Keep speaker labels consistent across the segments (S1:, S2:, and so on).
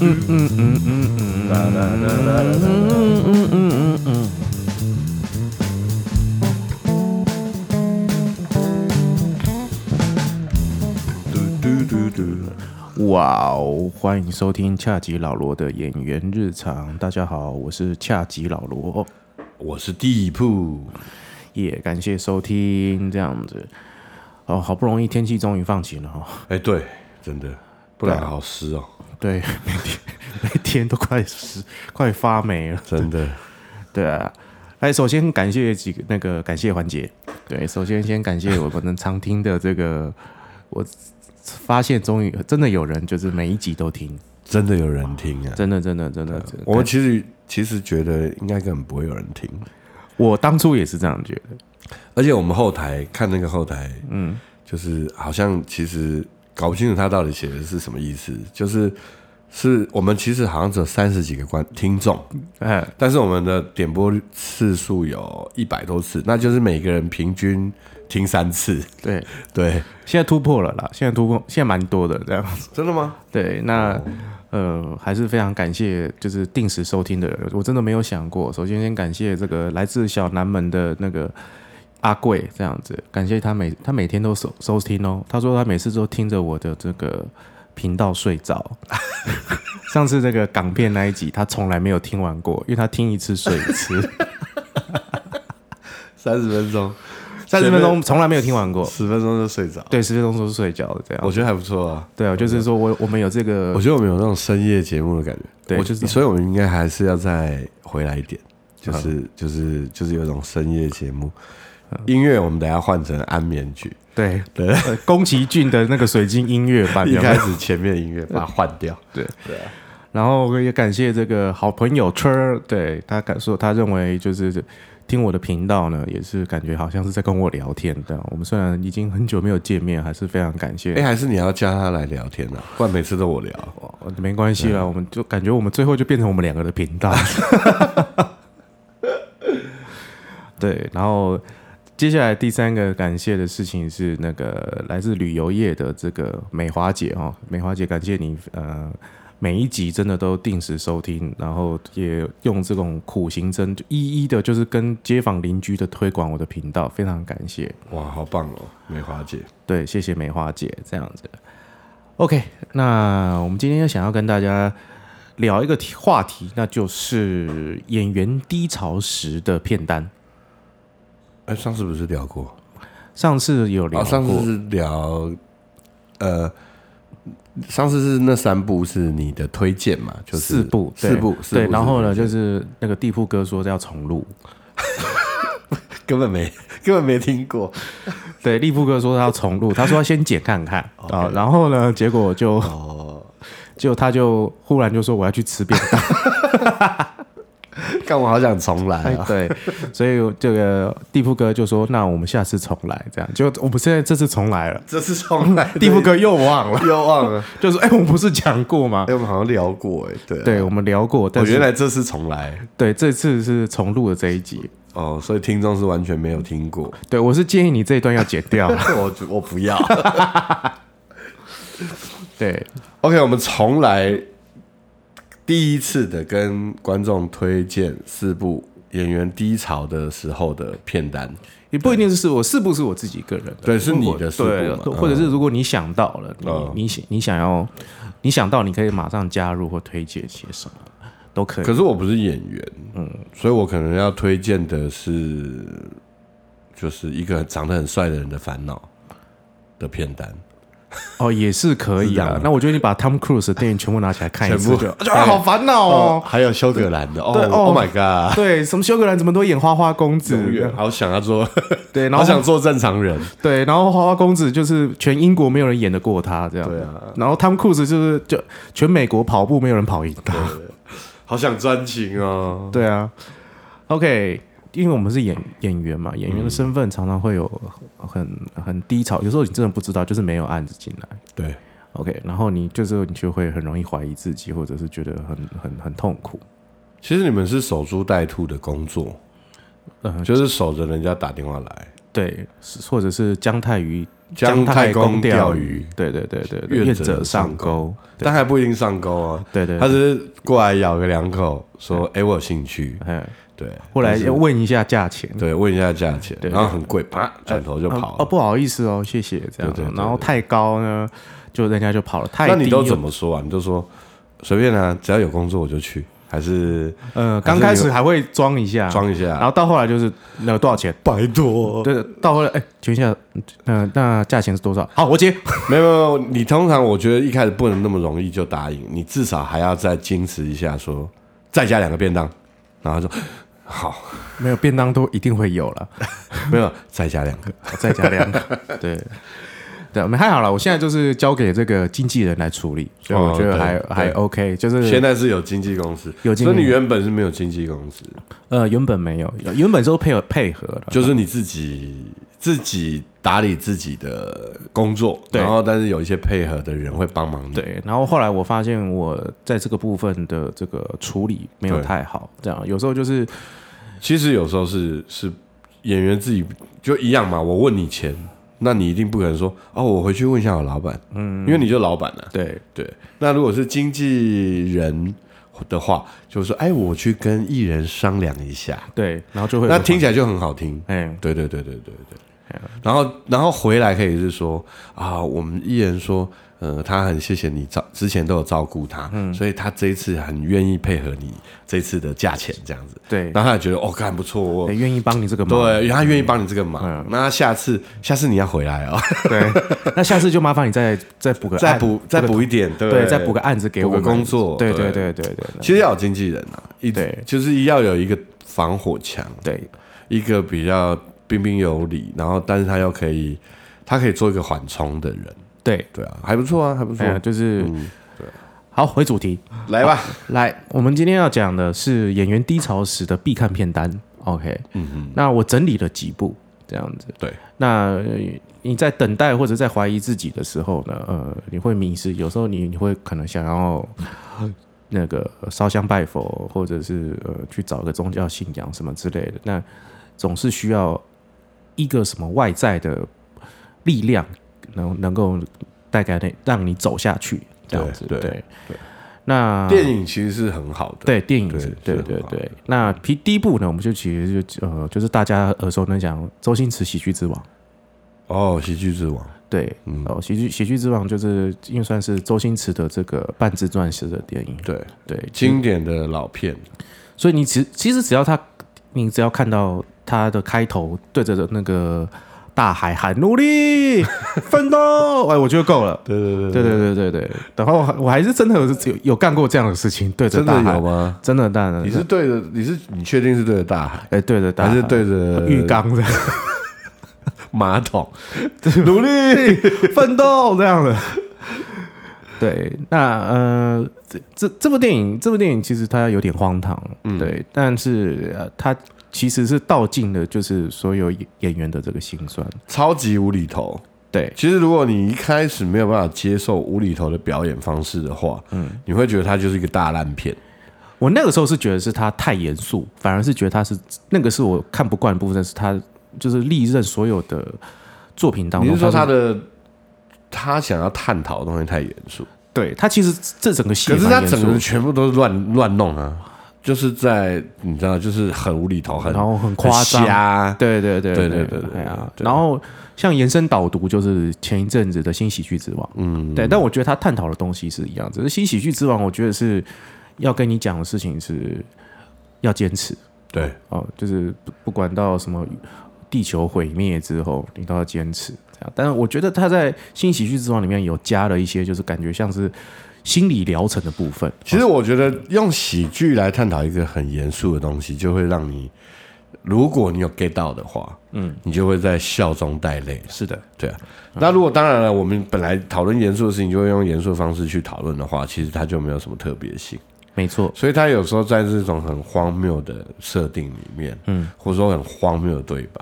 S1: 嗯嗯嗯哒哒哒哒哒哒
S2: 嗯嗯嗯嗯嗯。
S1: 嘟嘟嘟嘟，哇哦！欢迎收听恰吉老罗的演员日常。大家好，我是恰吉老罗，
S2: 我是地铺，
S1: 也、感谢收听。这样子，哦，好不容易天气终于放晴了哈、哦。
S2: 哎，对，真的，不然好湿哦，
S1: 对，每天每天都快湿，快发霉了。
S2: 真的。
S1: 对啊，哎，首先感谢几个那个感谢环节。对，首先先感谢我们常听的这个，我发现终于真的有人就是每一集都听，
S2: 真的有人听啊！
S1: 真的真的真的。真的
S2: 我们其实其实觉得应该根本不会有人听，
S1: 我当初也是这样觉得。
S2: 而且我们后台看那个后台，嗯，就是好像其实搞不清楚他到底写的是什么意思，就是是我们其实好像只有三十几个观听众，
S1: 哎，
S2: 但是我们的点播次数有一百多次，那就是每个人平均听三次，
S1: 对，
S2: 对，
S1: 现在突破了啦，现在突破，现在蛮多的这样子。
S2: 真的吗？
S1: 对，那呃，还是非常感谢，就是定时收听的人，我真的没有想过。首先先感谢这个来自小南门的那个阿贵，这样子，感谢他每他每天都收收听哦。他说他每次都听着我的这个频道睡着。 上次这个港片那一集，他从来没有听完过，因为他听一 次睡一次，
S2: 三十分钟，
S1: 三十分钟从来没有听完过。
S2: 十分钟就睡着，
S1: 对，十分钟都是睡觉的这样
S2: 我。觉得还不错啊。
S1: 对啊，就是说我我们有这个
S2: 我觉得我们有那种深夜节目的感觉，
S1: 对
S2: 我
S1: 就是
S2: 所以我们应该还是要再回来一点，就是、就是就是有一种深夜节目，音乐我们等一下换成安眠 曲，
S1: 对
S2: 对，
S1: 呃宫崎骏的那个水晶音乐 版，
S2: 一
S1: 有没有
S2: 开始前面音乐把它换 掉，
S1: 对对、然后也感谢这个好朋友车儿，对他感受，他认为就是听我的频道呢，也是感觉好像是在跟我聊天的。我们虽然已经很久没有见面，还是非常感谢。
S2: 哎、还是你要叫他来聊天啊，不然每次都我聊，
S1: 哦没关系啦，我们就感觉我们最后就变成我们两个的频道。对，然后接下来第三个感谢的事情是那个来自旅游业的这个美华姐哈、哦，美华姐感谢你呃每一集真的都定时收听，然后也用这种苦行僧就一一的就是跟街坊邻居的推广我的频道，非常感谢。
S2: 哇，好棒哦，梅花姐，
S1: 对，谢谢梅花姐这样子。OK，那我们今天想要跟大家聊一个题话题，那就是演员低潮时的片单。
S2: 哎、上次不是聊过，
S1: 上次有聊
S2: 啊，
S1: 过，
S2: 上次是聊，呃。上次是那三部是你的推荐嘛？就是
S1: 四部，对
S2: 四部，四
S1: 对。
S2: 部
S1: 然
S2: 是
S1: 后
S2: 推
S1: 呢，
S2: 荐
S1: 就是那个地铺哥说要重录，
S2: 根本没 根本没听过，
S1: 对，地铺哥说他要重录，他说要先剪看看啊、
S2: OK
S1: 然后呢，结果就哦，就他就忽然就说我要去吃便当。
S2: 干我好想重来 啊！
S1: 对，所以这个地铺哥就说：“那我们下次重来。”这样，就我们现在这次重来了。
S2: 这次重 来，
S1: 地铺哥又 忘了，
S2: 又忘了，
S1: 就说：“哎、我们不是讲过吗
S2: 哎，我们好像聊过哎，对？”啊，
S1: 对，我们聊过，
S2: 我哦
S1: 但
S2: 原
S1: 是
S2: 来这次重来
S1: 对这次是重录的这一集。
S2: 哦，所以听众是完全没有听 过，。
S1: 对我是建议你这一段要剪掉
S2: 我我不要。
S1: 对
S2: OK，我们重来第一次的跟观众推荐四部演员低潮的时候的片单，
S1: 也不一定是我，是不是我自己个人的？
S2: 对是你的
S1: 如果
S2: 是不
S1: 对
S2: 嘛
S1: 或者是如果你想到了，
S2: 嗯
S1: 你你想你想要，你想到你可以马上加入或推荐些什么，都可以。
S2: 可是我不是演员，嗯，所以我可能要推荐的是，就是一个长得很帅的人的烦恼的片单。
S1: 哦，也是可以
S2: 是这样
S1: 啊
S2: 吗。
S1: 那我觉得你把 Tom Cruise 的电影全部拿起来看一次
S2: 全部
S1: 就，就啊好烦恼哦。
S2: 还有修格兰的哦
S1: 对哦
S2: ，Oh my god！
S1: 对，什么修格兰怎么都演花花公
S2: 永
S1: 子
S2: 远，好想要做，
S1: 对，然
S2: 好
S1: 后
S2: 想做正常人。
S1: 对，然后花花公子就是全英国没有人演得过他这样，
S2: 对啊，
S1: 然后汤姆·库斯就是就全美国跑步没有人跑赢他，
S2: 好想专情哦。
S1: 对啊，OK，因为我们是演演员嘛，演员的身份常常会有很很低潮，有时候你真的不知道，就是没有案子进来
S2: 对，
S1: ，OK，然后你就是你就会很容易怀疑自己，或者是觉得很很很痛苦，
S2: 其实你们是守株待兔的工作，
S1: 嗯、
S2: 就是守着人家打电话来。
S1: 对，是或者是姜太鱼
S2: 姜太公钓
S1: 钓
S2: 鱼，，
S1: 对对对对，对
S2: 愿
S1: 愿
S2: 者
S1: 者
S2: 上
S1: 上钩，
S2: 但还不一定上钩啊。
S1: 对对，
S2: 他
S1: 对
S2: 只是过来咬个两口，说：“哎、我有兴趣。
S1: 哎，”
S2: 对，
S1: 后来
S2: 但是
S1: 要问一下价钱，
S2: 对问一下价钱，
S1: 对
S2: 然后很贵，啪，转头就
S1: 嗯
S2: 跑
S1: 哦，
S2: 了。
S1: 不好意思哦，谢谢这样
S2: 对对，对
S1: 然后
S2: 对
S1: 太高呢，就人家就跑了，太
S2: 那
S1: 低
S2: 你都
S1: 就
S2: 怎么说啊？你就说随便啊，只要有工作我就去，还是
S1: 呃，
S2: 还是
S1: 刚开始还会装一下，
S2: 装一下哦
S1: 然？后到后来就是那个多少钱？
S2: 拜托，
S1: 对，到后来哎，请问一下，嗯，那价钱是多少？好，我 接。
S2: 没有没有，你通常我觉得一开始不能那么容易就答应，你至少还要再矜持一下说，再加两个便当，然后他说好，
S1: 没有便当都一定会有了，
S2: 没有再加两个，
S1: 再 加两个。对，对，没还好了。我现在就是交给这个经纪人来处理，所以我觉
S2: 哦
S1: 得
S2: 对
S1: 还、
S2: 对
S1: 还 OK。就是
S2: 现在是有经纪公司，
S1: 有经纪
S2: 所以你原本是没有经纪公司，
S1: 呃，原本没有，原本都配合配合了，
S2: 就是你自己自己打理自己的工作，
S1: 对
S2: 然后但是有一些配合的人会帮忙你，
S1: 对，然后后来我发现我在这个部分的这个处理没有
S2: 对
S1: 太好，这样有时候就是
S2: 其实有时候是是演员自己就一样嘛，我问你钱，那你一定不可能说哦，我回去问一下我老板，嗯，因为你就老板了、
S1: 对
S2: 对，那如果是经纪人的话，就是说，哎，我去跟艺人商量一下，
S1: 对，然后就会
S2: 那听起来就很好听。
S1: 哎
S2: 对对对对对对。然后，然后回来可以是说啊，我们艺人说，呃，他很谢谢你照，之前都有照顾他，所以他这一次很愿意配合你这次的价钱这样子。
S1: 对，
S2: 然后他也觉得哦，干不错，我
S1: 得愿意帮你这个忙，
S2: 对，他愿意帮你这个忙。
S1: 嗯
S2: 那他下次，下次你要回来 哦，
S1: 对，那下次就麻烦你再再补个
S2: 再
S1: 案
S2: 补再
S1: 这个
S2: 补一点，对不
S1: 对，再补个案子给
S2: 补
S1: 我
S2: 个
S1: 们
S2: 工作
S1: 对对
S2: 对
S1: 对对对
S2: 其实要有经纪人啊，一
S1: 对
S2: 就是要有一个防火墙，
S1: 对
S2: 一个比较彬彬有礼，然后但是他又可以，他可以做一个缓冲的人，
S1: 对
S2: 对啊，还不错啊，还不错。
S1: 对，就是
S2: 嗯
S1: 好回主题，
S2: 来吧，
S1: 啊来，我们今天要讲的是演员低潮时的必看片单，OK，
S2: 嗯嗯，
S1: 那我整理了几部这样子。
S2: 对，
S1: 那呃你在等待或者在怀疑自己的时候呢，呃，你会迷失，有时候你你会可能想要 那个烧香拜佛，或者是呃去找个宗教信仰什么之类的，那总是需要一个什么外在的力量能能够带给你让你走下去这样子。
S2: 对对
S1: 对，那
S2: 电影其实是很好的，
S1: 啊对电影是，
S2: 对
S1: 对
S2: 是
S1: 对
S2: 很好
S1: 对。那第第一部呢，我们就其实就呃，就是大家耳熟能详，周星驰《喜剧之王》。
S2: 哦，喜剧之王，
S1: 对，
S2: 嗯
S1: 哦，《喜剧喜剧之王》就是因为算是周星驰的这个半自传式的电影。
S2: 对，
S1: 对，
S2: 经典的老片，
S1: 所以你其其实只要他，你只要看到他的开头对着那个大海喊努力 奋斗，哎，我觉得够了。
S2: 对对
S1: 对对对对对。然后我还我还是真的有有有干过这样的事情，对着
S2: 真
S1: 大
S2: 的有
S1: 海，
S2: 吗？
S1: 真的当然
S2: 你是对着，你是你确定是对着大海，
S1: 哎对着大海呃
S2: 还是对着
S1: 浴缸的。
S2: 马桶？
S1: 努力 奋斗这样的。 对，那呃，这这这部电影，这部电影其实它有点荒唐，
S2: 嗯
S1: 对，但是、呃、它其实是道尽了就是所有演演员的这个辛酸，
S2: 超级无厘头。
S1: 对，
S2: 其实如果你一开始没有办法接受无厘头的表演方式的话，嗯，你会觉得它就是一个大烂片。
S1: 我那个时候是觉得是他太严肃，反而是觉得他是那个是我看不惯的部分，是他就是历任所有的作品当
S2: 你
S1: 中，
S2: 是说
S1: 他
S2: 他的他想要探讨的东西太严肃，
S1: 对他其实这整个戏
S2: 可是
S1: 蛮
S2: 他
S1: 严
S2: 整
S1: 肃
S2: 个
S1: 的
S2: 全部都是乱乱弄啊，就是在你知道，就是很无厘头，很
S1: 然后很夸张
S2: 很瞎
S1: 对对对
S2: 对
S1: 对
S2: 对对对
S1: 哎呀，
S2: 对
S1: 然后像延伸导读，就是前一阵子的新喜剧之王，
S2: 嗯，
S1: 对，但我觉得他探讨的东西是一样，只是新喜剧之王，我觉得是要跟你讲的事情是要坚持
S2: 对，
S1: 哦，就是不不管到什么地球毁灭之后，你都要坚持这样。但是我觉得他在新喜剧之王里面有加了一些，就是感觉像是心理疗程的部分，哦
S2: 其实我觉得用喜剧来探讨一个很严肃的东西，就会让你，如果你有 get 到的话，嗯，你就会在笑中带泪。
S1: 是的，
S2: 对啊，那如果当然了，我们本来讨论严肃的事情，就会用严肃的方式去讨论的话，其实它就没有什么特别性。
S1: 没错，
S2: 所以它有时候在这种很荒谬的设定里面，嗯，或者说很荒谬的对白，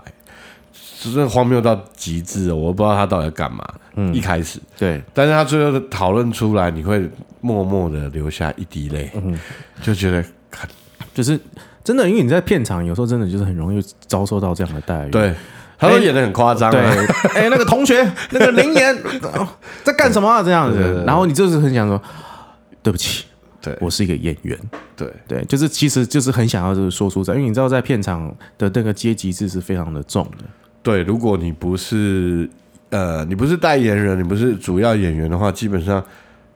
S2: 就是荒谬到极致了，我不知道他到底要干嘛。嗯，一开始，
S1: 对，
S2: 但是他最后的讨论出来，你会默默的流下一滴泪，嗯，就觉得
S1: 就是真的，因为你在片场有时候真的就是很容易遭受到这样的待遇，
S2: 对，他都演的很夸张、啊，
S1: 对，哎、那个同学，那个林岩在干什么、啊？这样
S2: 对对
S1: 子
S2: 对，
S1: 然后你就是很想说，对不起，
S2: 对
S1: 我是一个演员，
S2: 对
S1: 对，就是其实就是很想要就是说出在，因为你知道在片场的那个阶级制是非常的重的，
S2: 对，如果你不是呃，你不是代言人，你不是主要演员的话，基本上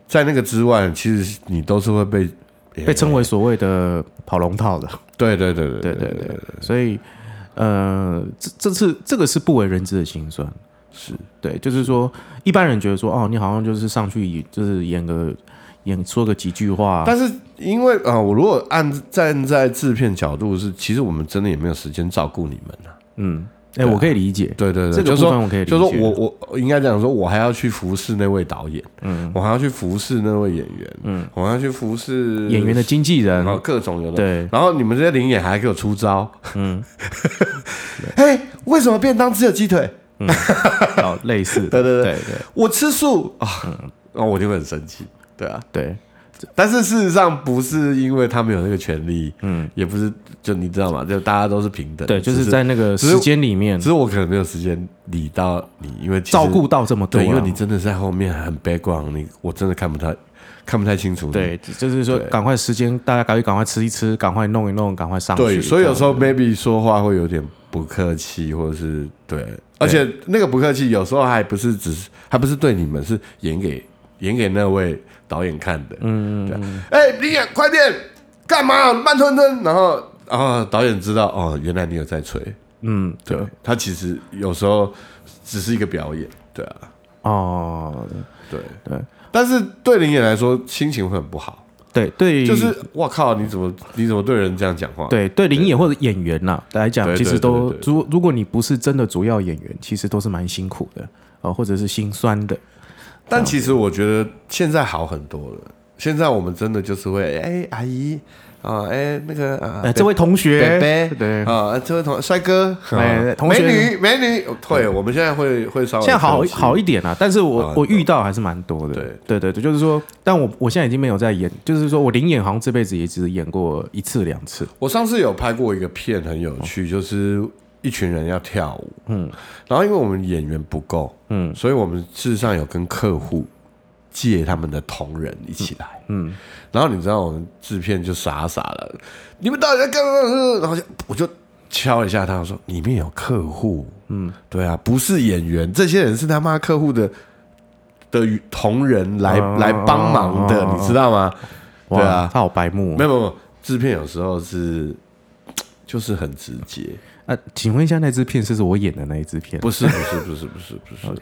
S2: 在那个之外，其实你都是会被哎
S1: 被称为所谓的跑龙套的，
S2: 对对对对
S1: 对对对，所以呃，这这次这个是不为人知的辛酸，
S2: 是
S1: 对，就是说一般人觉得说哦，你好像就是上去就是演个演说个几句话，
S2: 但是因为啊、呃我如果按站在制片角度是，其实我们真的也没有时间照顾你们啊。
S1: 嗯，哎，我可以理解，
S2: 对对对，
S1: 这
S2: 就
S1: 个部
S2: 是说
S1: 分我可以理解，
S2: 就是说我我应该这样说，我还要去服侍那位导演，嗯，我还要去服侍那位演员，嗯，我还要去服侍
S1: 演员的，经纪人
S2: 然，后各种有的，
S1: 对
S2: 然后你们这些灵演还给我出招， 嗯，嘿，为什么便当只有鸡腿？
S1: 哦，类似 的，
S2: 对对
S1: 对
S2: 对
S1: 对
S2: 我吃素啊，
S1: 嗯
S2: 那、我就会很生气，对啊，
S1: 对，
S2: 但是事实上不是因为他们有那个权利，嗯，也不是就你知道吗？就大家都是平等，
S1: 对，就
S2: 只
S1: 是
S2: 是
S1: 在那个
S2: 只是
S1: 时间里面
S2: 只是我可能没有时间理到你，因为其实
S1: 照顾到这么多啊，
S2: 对，因为你真的在后面很 background，你我真的看不太看不太清楚你。
S1: 对，就是说
S2: 对
S1: 赶快时间，大家赶快赶快吃一吃，赶快弄一弄，赶快上去。
S2: 对，所以有时候 maybe 说话会有点不客气，或者是对，而且那个不客气有时候还不是只是还不是对你们，是演给演给那位导演看的。嗯，对啊。哎，你演快点，干嘛慢吞吞？然后然后导演知道哦，原来你有在吹。
S1: 嗯，
S2: 对，他其实有时候只是一个表演。对啊，
S1: 哦，
S2: 对
S1: 对。
S2: 但是对林演来说，心情会很不好。
S1: 对对，
S2: 就是我靠，你怎么你怎么对人这样讲话？
S1: 嗯对对灵演或者演员呐、来讲，
S2: 对
S1: 其实
S2: 对
S1: 都
S2: 对对
S1: 如如果你不是真的主要演员，其实都是蛮辛苦的哦，或者是心酸的。
S2: 啊但其实我觉得现在好很多了。现在我们真的就是会，哎、阿姨啊，哎、那个啊，
S1: 哎，这位同
S2: 贝
S1: 学，
S2: 贝，
S1: 对，
S2: 啊，这位同帅哥，
S1: 哎
S2: 啊
S1: 同
S2: 美
S1: 学
S2: 女美女，哦对，我们现在会会稍微
S1: 现在好
S2: 客气
S1: 好一点啊，但是我
S2: 啊
S1: 我遇到还是蛮多的。
S2: 对
S1: 对对对，就是说，但我我现在已经没有在演，就是说我灵演好像这辈子也只演过一次两次。
S2: 我上次有拍过一个片，很有趣，就是一群人要跳舞，嗯，然后因为我们演员不够，嗯，所以我们事实上有跟客户借他们的同仁一起来，嗯，然后你知道我们制片就傻傻了，你们到底在干嘛？然后就我就敲一下他，我说里面有客户，嗯，对啊，不是演员，这些人是他妈客户的。的同仁来
S1: 哦
S2: 来帮忙的，
S1: 哦
S2: 你知道吗？对
S1: 哇
S2: 啊，
S1: 他好白目哦。
S2: 没有没有没有，制片有时候是就是很直接，
S1: 啊，请问一下，那支片是不是我演的那一支片？
S2: 不是不是不是不是不是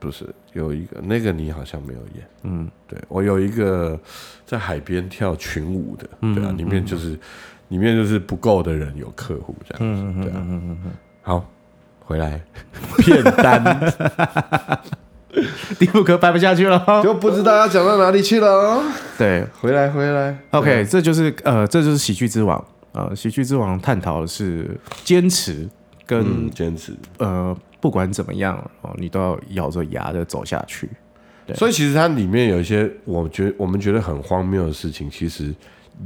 S2: 不是，有一个那个你好像没有演，嗯，对我有一个在海边跳群舞的，对啊，里面就是里面就是不够的人有客户这样子，对啊，好。回来，片单
S1: 第五颗拍不下去了 哦。
S2: 就不知道要讲到哪里去了啊哦。
S1: 对
S2: 回来，回来
S1: ，OK，这就是呃，这就是喜剧之王。呃，喜剧之王探讨的是坚持跟、
S2: 嗯，坚持。
S1: 呃，不管怎么样哦，你都要咬着牙的走下去。对
S2: 所以其实它里面有一些我觉我们觉得很荒谬的事情，其实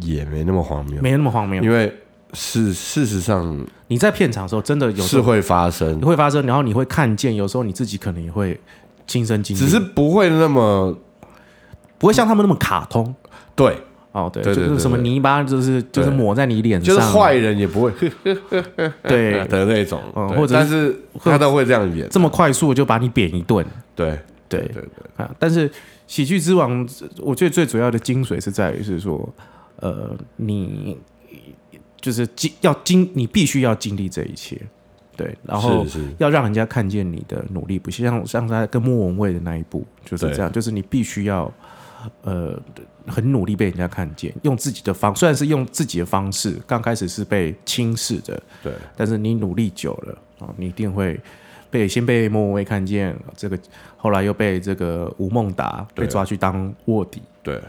S2: 也没那么荒谬，
S1: 没那么荒谬
S2: 因，为事事实上
S1: 你在片场的时候，真的有时
S2: 是
S1: 候
S2: 会发生
S1: 你，会发生，然后你会看见，有时候你自己可能也会亲身经历，
S2: 只是不会那么
S1: 不会像他们那么卡通
S2: 对，
S1: 哦。对，
S2: 对对
S1: 就是什么
S2: 对对
S1: 泥巴，就是就是
S2: 对
S1: 抹在你脸上，
S2: 就是坏人也不会
S1: 对，
S2: 的那种，
S1: 嗯
S2: 对
S1: 或者是
S2: 但是
S1: 会
S2: 他都会这样演，
S1: 这么快速就把你扁一顿。
S2: 对
S1: 对
S2: 对对，
S1: 啊，但是喜剧之王，我觉得最主要的精髓是在于是说，呃，你就是经要经，你必须要经历这一切，对，然后
S2: 是是
S1: 要让人家看见你的努力，不是像像他跟莫文蔚的那一部就是这样，就是你必须要呃很努力被人家看见，用自己的方，虽然是用自己的方式，刚开始是被轻视的，
S2: 对，
S1: 但是你努力久了啊，你一定会被先被莫文蔚看见，这个后来又被这个吴孟达
S2: 对
S1: 被抓去当卧底
S2: 对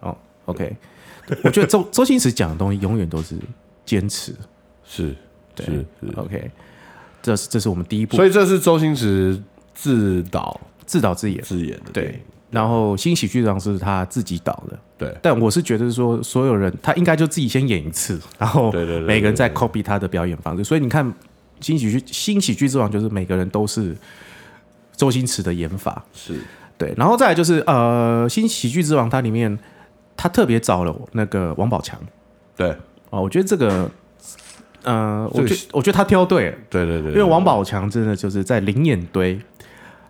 S1: 哦。OK，我觉得周周星驰讲的东西永远都是坚持。
S2: 是
S1: 对
S2: 是是，
S1: OK，这是这是我们第一步
S2: 所以这是周星驰自导
S1: 自导自演，
S2: 自演的电影，
S1: 然后新喜剧上是他自己导的。
S2: 对
S1: 但我是觉得说，所有人他应该就自己先演一次，然后
S2: 对对对对
S1: 每个人再 copy 他的表演方式。所以你看，新喜剧新喜剧之王就是每个人都是周星驰的演法，
S2: 是
S1: 对，然后再来就是呃新喜剧之王它里面他特别找了那个王宝强
S2: 对
S1: 哦，我觉得这个呃，
S2: 这
S1: 我
S2: 个
S1: 觉得我觉得他挑对了，
S2: 对对对，
S1: 因为王宝强真的就是在灵眼堆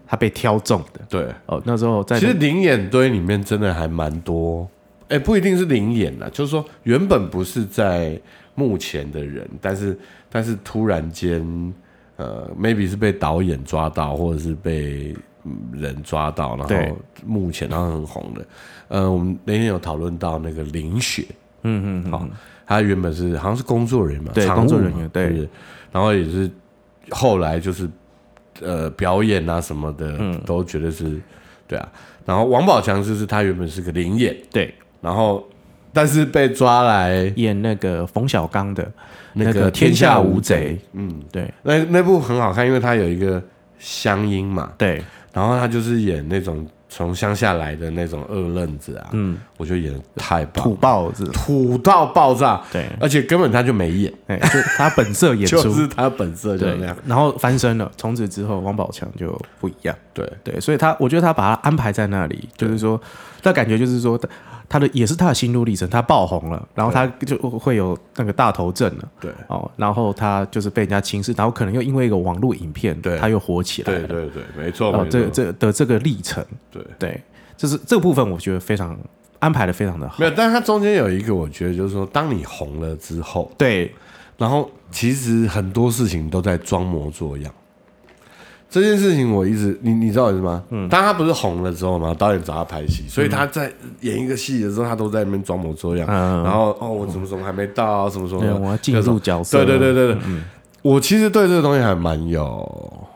S1: 他被挑中的
S2: 对，
S1: 哦，那时候在
S2: 其实灵眼堆里面真的还蛮多，哎、不一定是灵眼啦，就是说原本不是在幕前的人，但是但是突然间，呃，maybe 是被导演抓到，或者是被嗯人抓到，然
S1: 对
S2: 后幕前然后很红的，呃，我们那天有讨论到那个林雪，
S1: 嗯嗯
S2: 好、哦他原本是好像是工作人员嘛，
S1: 对
S2: 常务
S1: 工作人
S2: 嘛
S1: 员对
S2: 是不是然后也是后来就是呃表演啊什么的，
S1: 嗯
S2: 都觉得是对啊。然后王宝强就是他原本是个灵演，
S1: 对
S2: 然后但是被抓来
S1: 演那个冯小刚的
S2: 那
S1: 个
S2: 个
S1: 《天下无贼》，
S2: 嗯，
S1: 对
S2: 那那部很好看，因为他有一个乡音嘛，
S1: 对，
S2: 然后他就是演那种从乡下来的那种二愣子啊，
S1: 嗯，
S2: 我觉得演的太棒
S1: 土
S2: 了，
S1: 豹子，
S2: 土到爆炸，
S1: 对，
S2: 而且根本他就没演。
S1: 哎，就他本色演出，
S2: 就是他本色就是
S1: 对
S2: 那样。，
S1: 然后翻身了，从此之后王宝强就不一样，
S2: 对，
S1: 对，所以他我觉得他把他安排在那里，就是说，那感觉就是说他他的也是他的心路历程，他爆红了，然后他就会有那个大头症了。
S2: 对，
S1: 哦，然后他就是被人家轻视，然后可能又因为一个网络影片，
S2: 对
S1: 他又火起来了。
S2: 对，对，对，没错，
S1: 哦
S2: 没，
S1: 这
S2: 错，
S1: 这的这个历程，
S2: 对，
S1: 对，就是这个部分我觉得非常安排的非常的好
S2: 没。有。但是它中间有一个，我觉得就是说，当你红了之后，
S1: 对，
S2: 然后其实很多事情都在装模作样。这件事情我一直，你你知道我意思吗？嗯，但他不是红了之后嘛，导演找他拍戏，所以他在演一个戏的时候，他都在那边装模作样。
S1: 嗯
S2: 然后哦，我怎么怎么还没到啊，什么什么
S1: 对，
S2: 的，
S1: 我要进入角色。嗯
S2: 对对对对对，我其实对这个东西还蛮有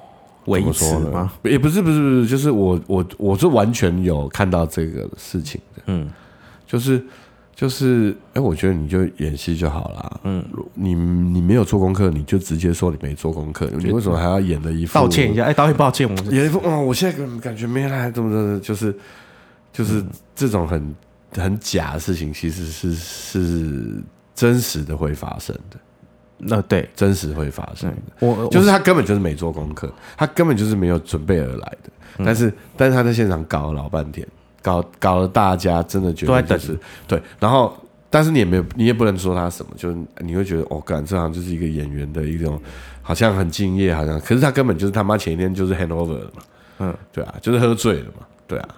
S1: 维
S2: 怎么
S1: 持
S2: 说呢
S1: 吗？？
S2: 也不是不是不是，就是我我我是完全有看到这个事情的，
S1: 嗯，
S2: 就是就是，哎、我觉得你就演戏就好啦，嗯，你你没有做功课，你就直接说你没做功课，你为什么还要演的一副
S1: 道歉一，下，哎，导演抱歉，我 们
S2: 演一副哦，我现在感感觉没来，怎么怎么，就是就是
S1: 嗯
S2: 这种很很假的事情，其实是是真实的会发生的，
S1: 那呃对
S2: 真实会发生
S1: 对
S2: 的。，
S1: 我
S2: 就是是他根本就是没做功课，他根本就是没有准备而来的。
S1: 嗯
S2: 但是，但是他在现场搞了老半天，搞搞了大家真的觉得、
S1: 都在
S2: 就
S1: 等
S2: 是对。然后，但是你也没有，你也不能说他什么，就是你会觉得哦，干这好像就是一个演员的一种，好像很敬业，好像，可是他根本就是他妈前一天就是 handover 了嘛，
S1: 嗯，
S2: 对啊，就是喝醉了嘛，对啊，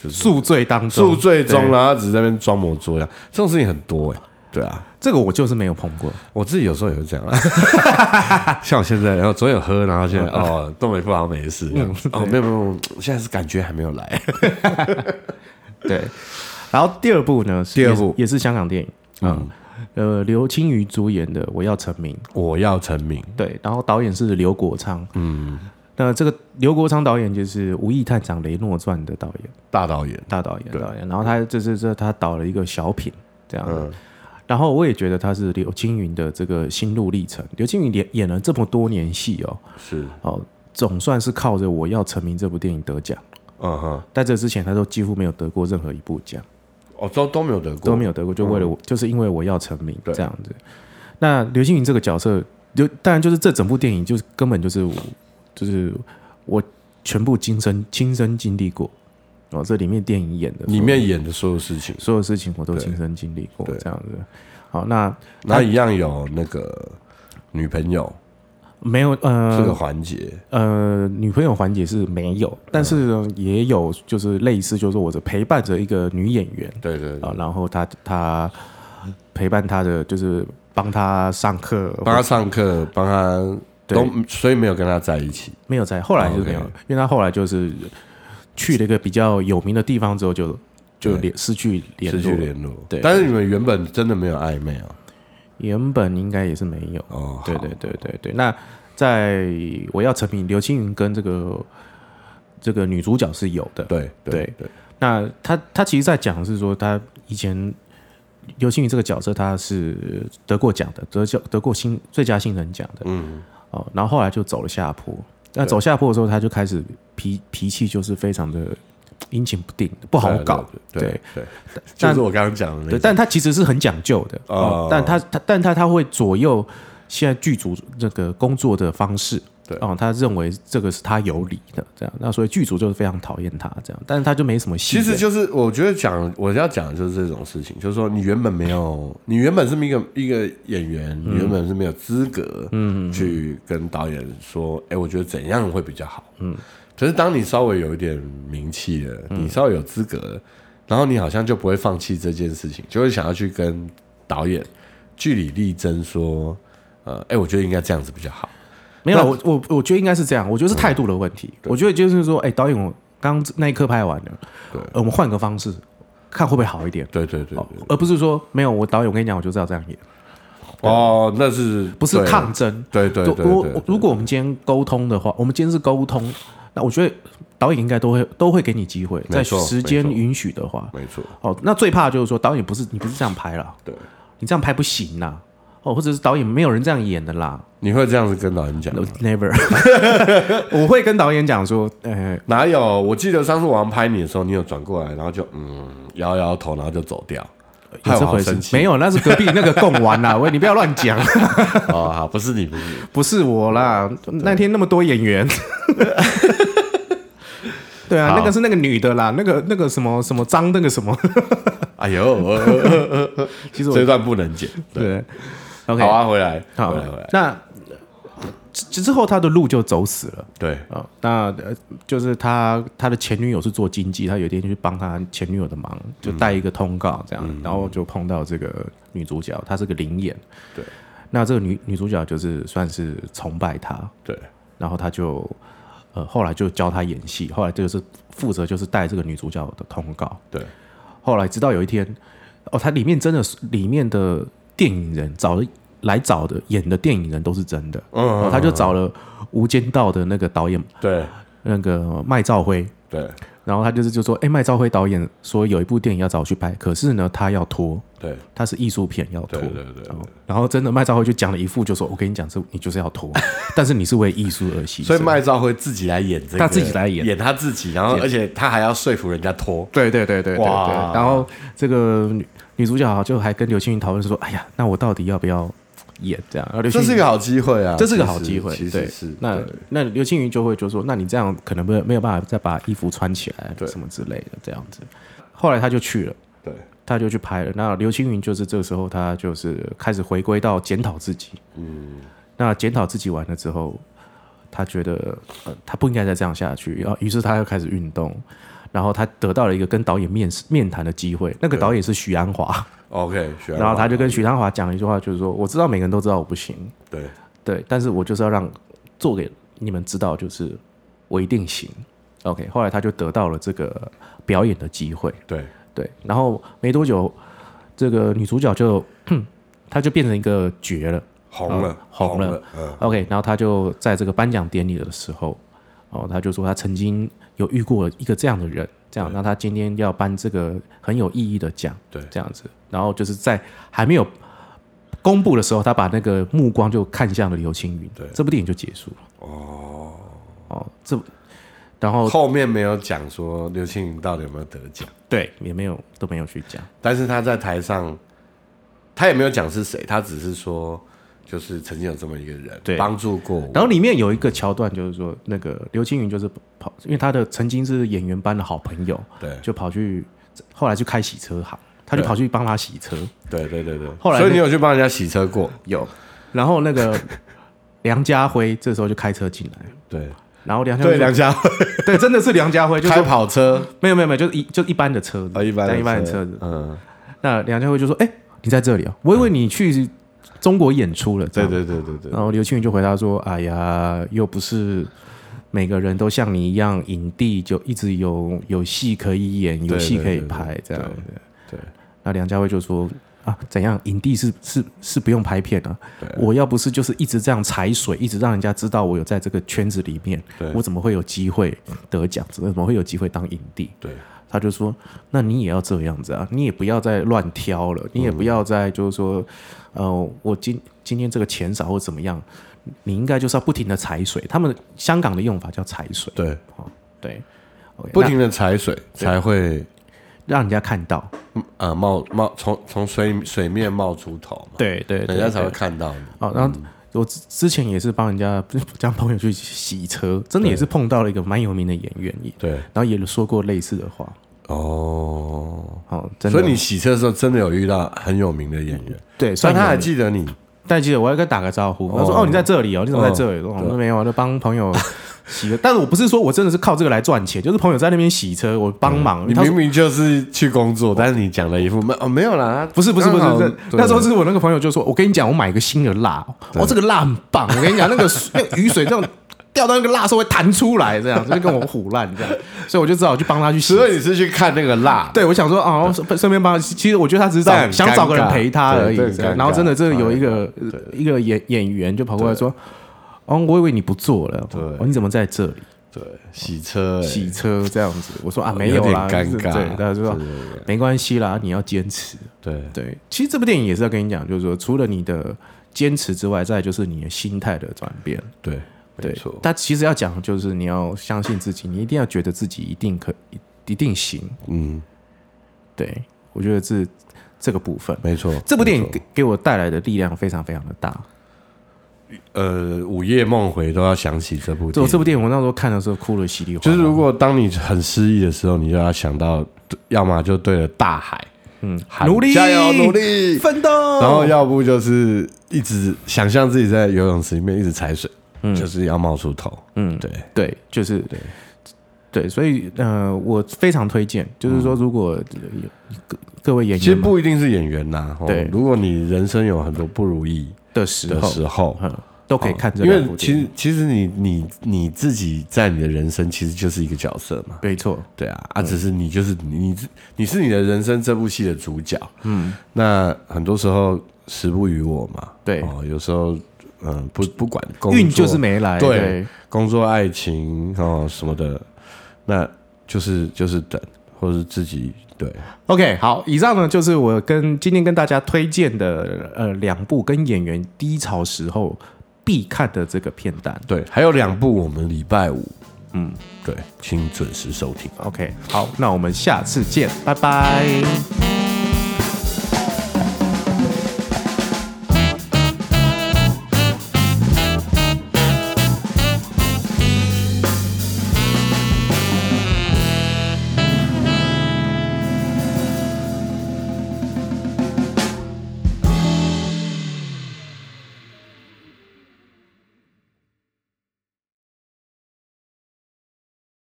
S2: 就是
S1: 宿醉当中，
S2: 宿醉中，
S1: 对
S2: 然后他只是在那边装模作样，这种事情很多哎、对啊。
S1: 这个我就是没有碰过。
S2: 我自己有时候也会这样 啦，像我现在，然后昨天有喝，然后现在哦，都没不好没事，这样子哦，没有没有没有，现在是感觉还没有来。
S1: 对，然后第二部呢，是
S2: 第二部
S1: 也是也是香港电影，嗯，呃，刘青云主演的《我要成名》，
S2: 我要成名，
S1: 对，然后导演是刘国昌，嗯，那这个刘国昌导演就是《无意探长雷诺传》的导演，
S2: 大导演，
S1: 大导演，
S2: 对
S1: 导演，然后他这这这他导了一个小品这样
S2: 嗯
S1: 子。然后我也觉得他是刘青云的这个心路历程。刘青云演演了这么多年戏哦，
S2: 是，
S1: 哦，总算是靠着《我要成名》这部电影得奖。
S2: 嗯哼，
S1: 在这之前，他都几乎没有得过任何一部奖，
S2: 哦，都都没有得过，
S1: 都没
S2: 有，
S1: 有得过，就为了我，就是因为我要成名
S2: 嗯对
S1: 这样子。那刘青云这个角色，就当然就是这整部电影就是根本就是我就是我全部亲身亲身经历过哦，这里面电影演的
S2: 里面演的所有事情，
S1: 所有事情我都亲身经历过
S2: 对
S1: 这样子。好，那
S2: 然后一样有那个女朋友
S1: 没有
S2: 这个
S1: 呃
S2: 环节，
S1: 呃，女朋友环节是没有，
S2: 嗯
S1: 但是呢也有就是类似，就是我的陪伴着一个女演员
S2: 对对，对
S1: 啊，然后她她陪伴她的就是帮她上课，
S2: 帮他上课，帮他
S1: 对
S2: 都，所以没有跟他在一起，
S1: 没有在后来就没有，
S2: OK
S1: 因为她后来就是去了一个比较有名的地方之后就就
S2: 对
S1: 联失去联
S2: 失去
S1: 络，
S2: 联络，
S1: 对
S2: 但是你们原本真的没有暧昧啊？
S1: 原本应该也是没有。
S2: 哦，好
S1: 对对对对对。那在我要成名，刘青云跟这个这个女主角是有的。
S2: 对对
S1: 对
S2: 对，
S1: 那她她其实，在讲的是说，她以前刘青云这个角色，她是得过奖的，得奖得过新最佳新人奖的
S2: 嗯。
S1: 哦。然后后来就走了下坡。那
S2: 对
S1: 走下坡的时候，她就开始脾脾气就是非常的阴晴不定，不好搞。
S2: 对对对，对
S1: 但
S2: 就是我刚刚讲的那
S1: 对，
S2: 种，
S1: 但他其实是很讲究的
S2: 哦
S1: 哦，但他他但他他会左右现在剧组这个工作的方式，
S2: 对
S1: 哦，他认为这个是他有理的，这样，那所以剧组就是非常讨厌他这样，但是他就没什么
S2: 其
S1: 戏的，
S2: 实就是我觉得讲我要讲的就是这种事情，就是说你原本没有，你原本是一个一个演员，你原本是没有资格，嗯，去跟导演说，哎、我觉得怎样会比较好，嗯。可是当你稍微有一点名气了，你稍微有资格了，然后你好像就不会放弃这件事情，就会想要去跟导演据理力争，说，呃，哎、我觉得应该这样子比较好。
S1: 没有，我我我觉得应该是这样，我觉得是态度的问题。我觉得就是说，哎、导演，我刚那一刻拍完了，
S2: 对
S1: 呃我们换个方式，看会不会好一点，
S2: 对对对
S1: 哦而不是说没有我导演，我跟你讲，我就知道这样演，
S2: 对哦，那是
S1: 不是
S2: 对
S1: 抗争。
S2: 对对
S1: 就
S2: 对
S1: 我
S2: 对
S1: 我如果我们今天沟通的话，我们今天是沟通，那我觉得导演应该都会都会给你机会，
S2: 没
S1: 在
S2: 错
S1: 时间
S2: 没错
S1: 允许的话。
S2: 没错，
S1: 哦，那最怕的就是说导演不是你不是这样拍了，
S2: 对。
S1: 你这样拍不行啦。哦，或者是导演没有人这样演的啦
S2: 你会这样子跟导演讲吗？
S1: ，never。我会跟导演讲说，呃，
S2: 哪有？我记得上次我要拍你的时候，你有转过来，然后就嗯摇摇头，然后就走掉，
S1: 有
S2: 害
S1: 这
S2: 我好
S1: 回事
S2: 生？气。
S1: 没有，那是隔壁那个贡丸啦。喂，你不要乱讲，
S2: 哦，好，不是你，不是 你。
S1: 不是我啦。那天那么多演 员，对啊，
S2: 好
S1: 那个是那个女的啦，那个那个什么什么张那个什么，
S2: 哎呦，呃呃呃呃
S1: 其实我
S2: 这段不能剪。
S1: 对，OK，
S2: 好啊，回来，
S1: 好
S2: 回来，回来。
S1: 那之之后他的路就走死了。
S2: 对，
S1: 啊、那呃，就是他他的前女友是做经济，他有一天去帮他前女友的忙，就带一个通告这样，
S2: 嗯
S1: 然后就碰到这个女主角，她是个灵眼，
S2: 对，
S1: 那这个女女主角就是算是崇拜他，
S2: 对，
S1: 然后他就呃后来就教他演戏，后来就是负责就是带这个女主角的通告，
S2: 对，
S1: 后来直到有一天，哦，他里面真的是里面的电影人找的来找的演的电影人都是真的，
S2: 嗯
S1: 哦，他就找了《无间道》的那个导演。
S2: 对，
S1: 那个麦兆辉，
S2: 对，
S1: 然后他就是就说，哎，麦兆辉导演说有一部电影要找我去拍，可是呢，他要拖，
S2: 对，
S1: 他是艺术片要拖。
S2: 对，对，对，
S1: 然后然后真的麦兆辉就讲了一副，就说我跟你讲，这你就是要 拖，但是你是为艺术而牺牲。
S2: 所以麦兆辉自己来演这个，
S1: 他自己来演
S2: 演他自己，然后而且他还要说服人家拖。
S1: 对对对对对对
S2: 哇
S1: 然后这个女女主角就还跟刘青云讨论说，哎呀，那我到底要不要演这样？然后刘青
S2: 这
S1: 云
S2: 是一个好机会啊！
S1: 这是个好
S2: 其实
S1: 机会，
S2: 其
S1: 对
S2: 实是
S1: 那
S2: 对
S1: 那刘青云就会就说，那你这样可能没有没有办法再把衣服穿起来，
S2: 对
S1: 什么之类的这样子。后来他就去了。
S2: 对，
S1: 他就去拍了。那刘青云就是这个时候，他就是开始回归到检讨自己。嗯，那检讨自己完了之后，他觉得呃他不应该再这样下去，然后于是他又开始运动，然后他得到了一个跟导演面试面谈的机会。那个导演是许鞍华，
S2: OK，学
S1: 然后他
S2: 完
S1: 就跟许鞍华讲了一句话，就是说我知道每个人都知道我不行，
S2: 对
S1: 对，但是我就是要让做给你们知道，就是我一定行。OK，后来他就得到了这个表演的机会。
S2: 对
S1: 对，然后没多久，这个女主角就她就变成一个角了。
S2: 红了
S1: 嗯红了，
S2: 嗯，
S1: OK，然后她就在这个颁奖典礼的时候，哦，她就说她曾经有遇过一个这样的人，这样，那她今天要颁这个很有意义的奖，
S2: 对
S1: 这样子。然后就是在还没有公布的时候，她把那个目光就看向了刘青云，
S2: 对
S1: 这部电影就结束了。哦，哦，这，然后
S2: 呃后面没有讲说刘青云到底有没有得奖，
S1: 对也没有都没有去讲，
S2: 但是他在台上，他也没有讲是谁，他只是说就是曾经有这么一个人
S1: 对
S2: 帮助过我，
S1: 然后里面有一个桥段，就是说那个刘青云就是跑，因为他的曾经是演员班的好朋友，
S2: 对
S1: 就跑去后来去开洗车行，他就
S2: 对
S1: 跑去帮他洗车。
S2: 对对对对，
S1: 后来
S2: 所以
S1: 那
S2: 你有去帮人家洗车过，
S1: 有，然后那个 梁家辉这时候就开车进来，
S2: 对
S1: 然后梁家辉
S2: 对，梁家辉
S1: 对真的是梁家辉，就是
S2: 开
S1: 说
S2: 跑车
S1: 没有没有没有，就是一就一般的车子，
S2: 啊，一般
S1: 但
S2: 的
S1: 一般的车子。
S2: 嗯，
S1: 那梁家辉就说：“哎、你在这里哦，我以为你去中国演出了。”
S2: 对对对对对
S1: 然后刘青云就回答说：“哎呀，又不是每个人都像你一样影帝，就一直有有戏可以演，有
S2: 对
S1: 戏
S2: 对
S1: 可以
S2: 对
S1: 拍这样。
S2: 对，
S1: 那梁家辉就说：“啊，怎样？影帝是是是不用拍片啊！我要不是就是一直这样踩水，一直让人家知道我有在这个圈子里面
S2: 对，
S1: 我怎么会有机会得奖？怎么会有机会当影帝？”
S2: 对
S1: 他就说：“那你也要这样子啊，你也不要再乱挑了，你也不要再就是说，呃，我今今天这个钱少或怎么样，你应该就是要不停的踩水。他们香港的用法叫踩水，
S2: 对，
S1: 对，OK，
S2: 不
S1: 那
S2: 停的踩水才会
S1: 让人家看到，
S2: 嗯啊冒冒从从水水面冒出头嘛，
S1: 对对
S2: 人家才会看到你，嗯
S1: 哦，然后我之之前也是帮人家 帮朋友去洗车，真的也是碰到了一个蛮有名的演员，也
S2: 对，
S1: 然后也说过类似的话。
S2: 哦，
S1: 哦，真的，
S2: 所以你洗车的时候真的有遇到很有名的演员，
S1: 对，
S2: 但
S1: 算
S2: 他
S1: 他
S2: 还
S1: 还记，
S2: 记得你，
S1: 但记得我要跟他打个招呼，
S2: 哦
S1: 他说：“哦，你在这里哦，你怎么在这里？”我说：“没有啊，就帮朋友洗个。” 但是我不是说我真的是靠这个来赚钱，就是朋友在那边洗车，我帮忙。
S2: 嗯你
S1: 哦他
S2: 明
S1: 说
S2: 明就是去工作，但是你讲了一副没哦没有啦，
S1: 不是不是不是
S2: 刚好，
S1: 那那时候是我那个朋友就说：“我跟你讲，我买一个新的蜡，哦，这个蜡很棒，我跟你讲，那个水那个雨水这种掉到那个蜡的时候会弹出来，这样子就跟我虎烂这样，所以我就只好去帮他去洗
S2: 所以你是去看那个辣，
S1: 对，我想说哦，顺顺便帮他。其实我觉得他只是找
S2: 但很尴
S1: 想找个人陪他
S2: 尬对哎
S1: 而已。
S2: 这很
S1: 这样
S2: 尴
S1: 然后真的，
S2: 尬
S1: 真的有一个一个演演员就跑过来说：“哦，我以为你不做了，
S2: 对
S1: 哦，你怎么在这里
S2: 对，洗车、欸，
S1: 洗车这样子？”我说：“啊，
S2: 有
S1: 没有啦，
S2: 点尴尬
S1: 对，他就说
S2: 对对
S1: 没关系啦，你要坚持。
S2: 对，
S1: 对，其实这部电影也是要跟你讲，就是说，除了你的坚持之外，再来就是你的心态的转变。
S2: 对，没
S1: 对
S2: 错，，
S1: 但其实要讲就是你要相信自己，你一定要觉得自己一定可一一定行。
S2: 嗯，
S1: 对我觉得这这个部分。
S2: 没错。
S1: 这部电影
S2: 没错
S1: 给给我带来的力量非常非常的大。
S2: 呃，午夜梦回都要想起这部
S1: 这
S2: 电
S1: 我这
S2: 影。
S1: 部电影我那时候看的时候哭了稀里哗
S2: 就
S1: 啦。
S2: 是如果当你很失意的时候，你就要想到，要么就对着大海，嗯，
S1: 努力
S2: 加油，努力，
S1: 奋斗，
S2: 然后要不就是一直想象自己在游泳池里面一直踩水，就是要冒出头，
S1: 嗯
S2: 对，
S1: 对，就是对对，所以呃，我非常推荐，就是说如果、呃各各位演
S2: 其实
S1: 员们
S2: 不一定是演员呐、哦
S1: 对
S2: 如果你人生有很多不如意
S1: 的时
S2: 的
S1: 候，
S2: 时候，哦
S1: 嗯，都可以看这
S2: 因
S1: 两
S2: 为
S1: 部
S2: 其
S1: 电影。
S2: 实其实你你你自己在你的人生其实就是一个角色嘛，
S1: 没错，
S2: 对啊，
S1: 嗯
S2: 啊，只是你就是你你是你是你的人生这部戏的主角，嗯，那很多时候时不与我嘛，
S1: 对
S2: 哦，有时候嗯不不管工作
S1: 运就是没来，
S2: 对
S1: 对
S2: 工作、爱情哦什么的，那就是就是等，或者是自己对
S1: OK，好，以上呢就是我跟今天跟大家推荐的呃两部跟演员低潮时候必看的这个片单。
S2: 对，还有两部我们礼拜五，嗯，对，请准时收听。
S1: OK，好，那我们下次见，拜拜。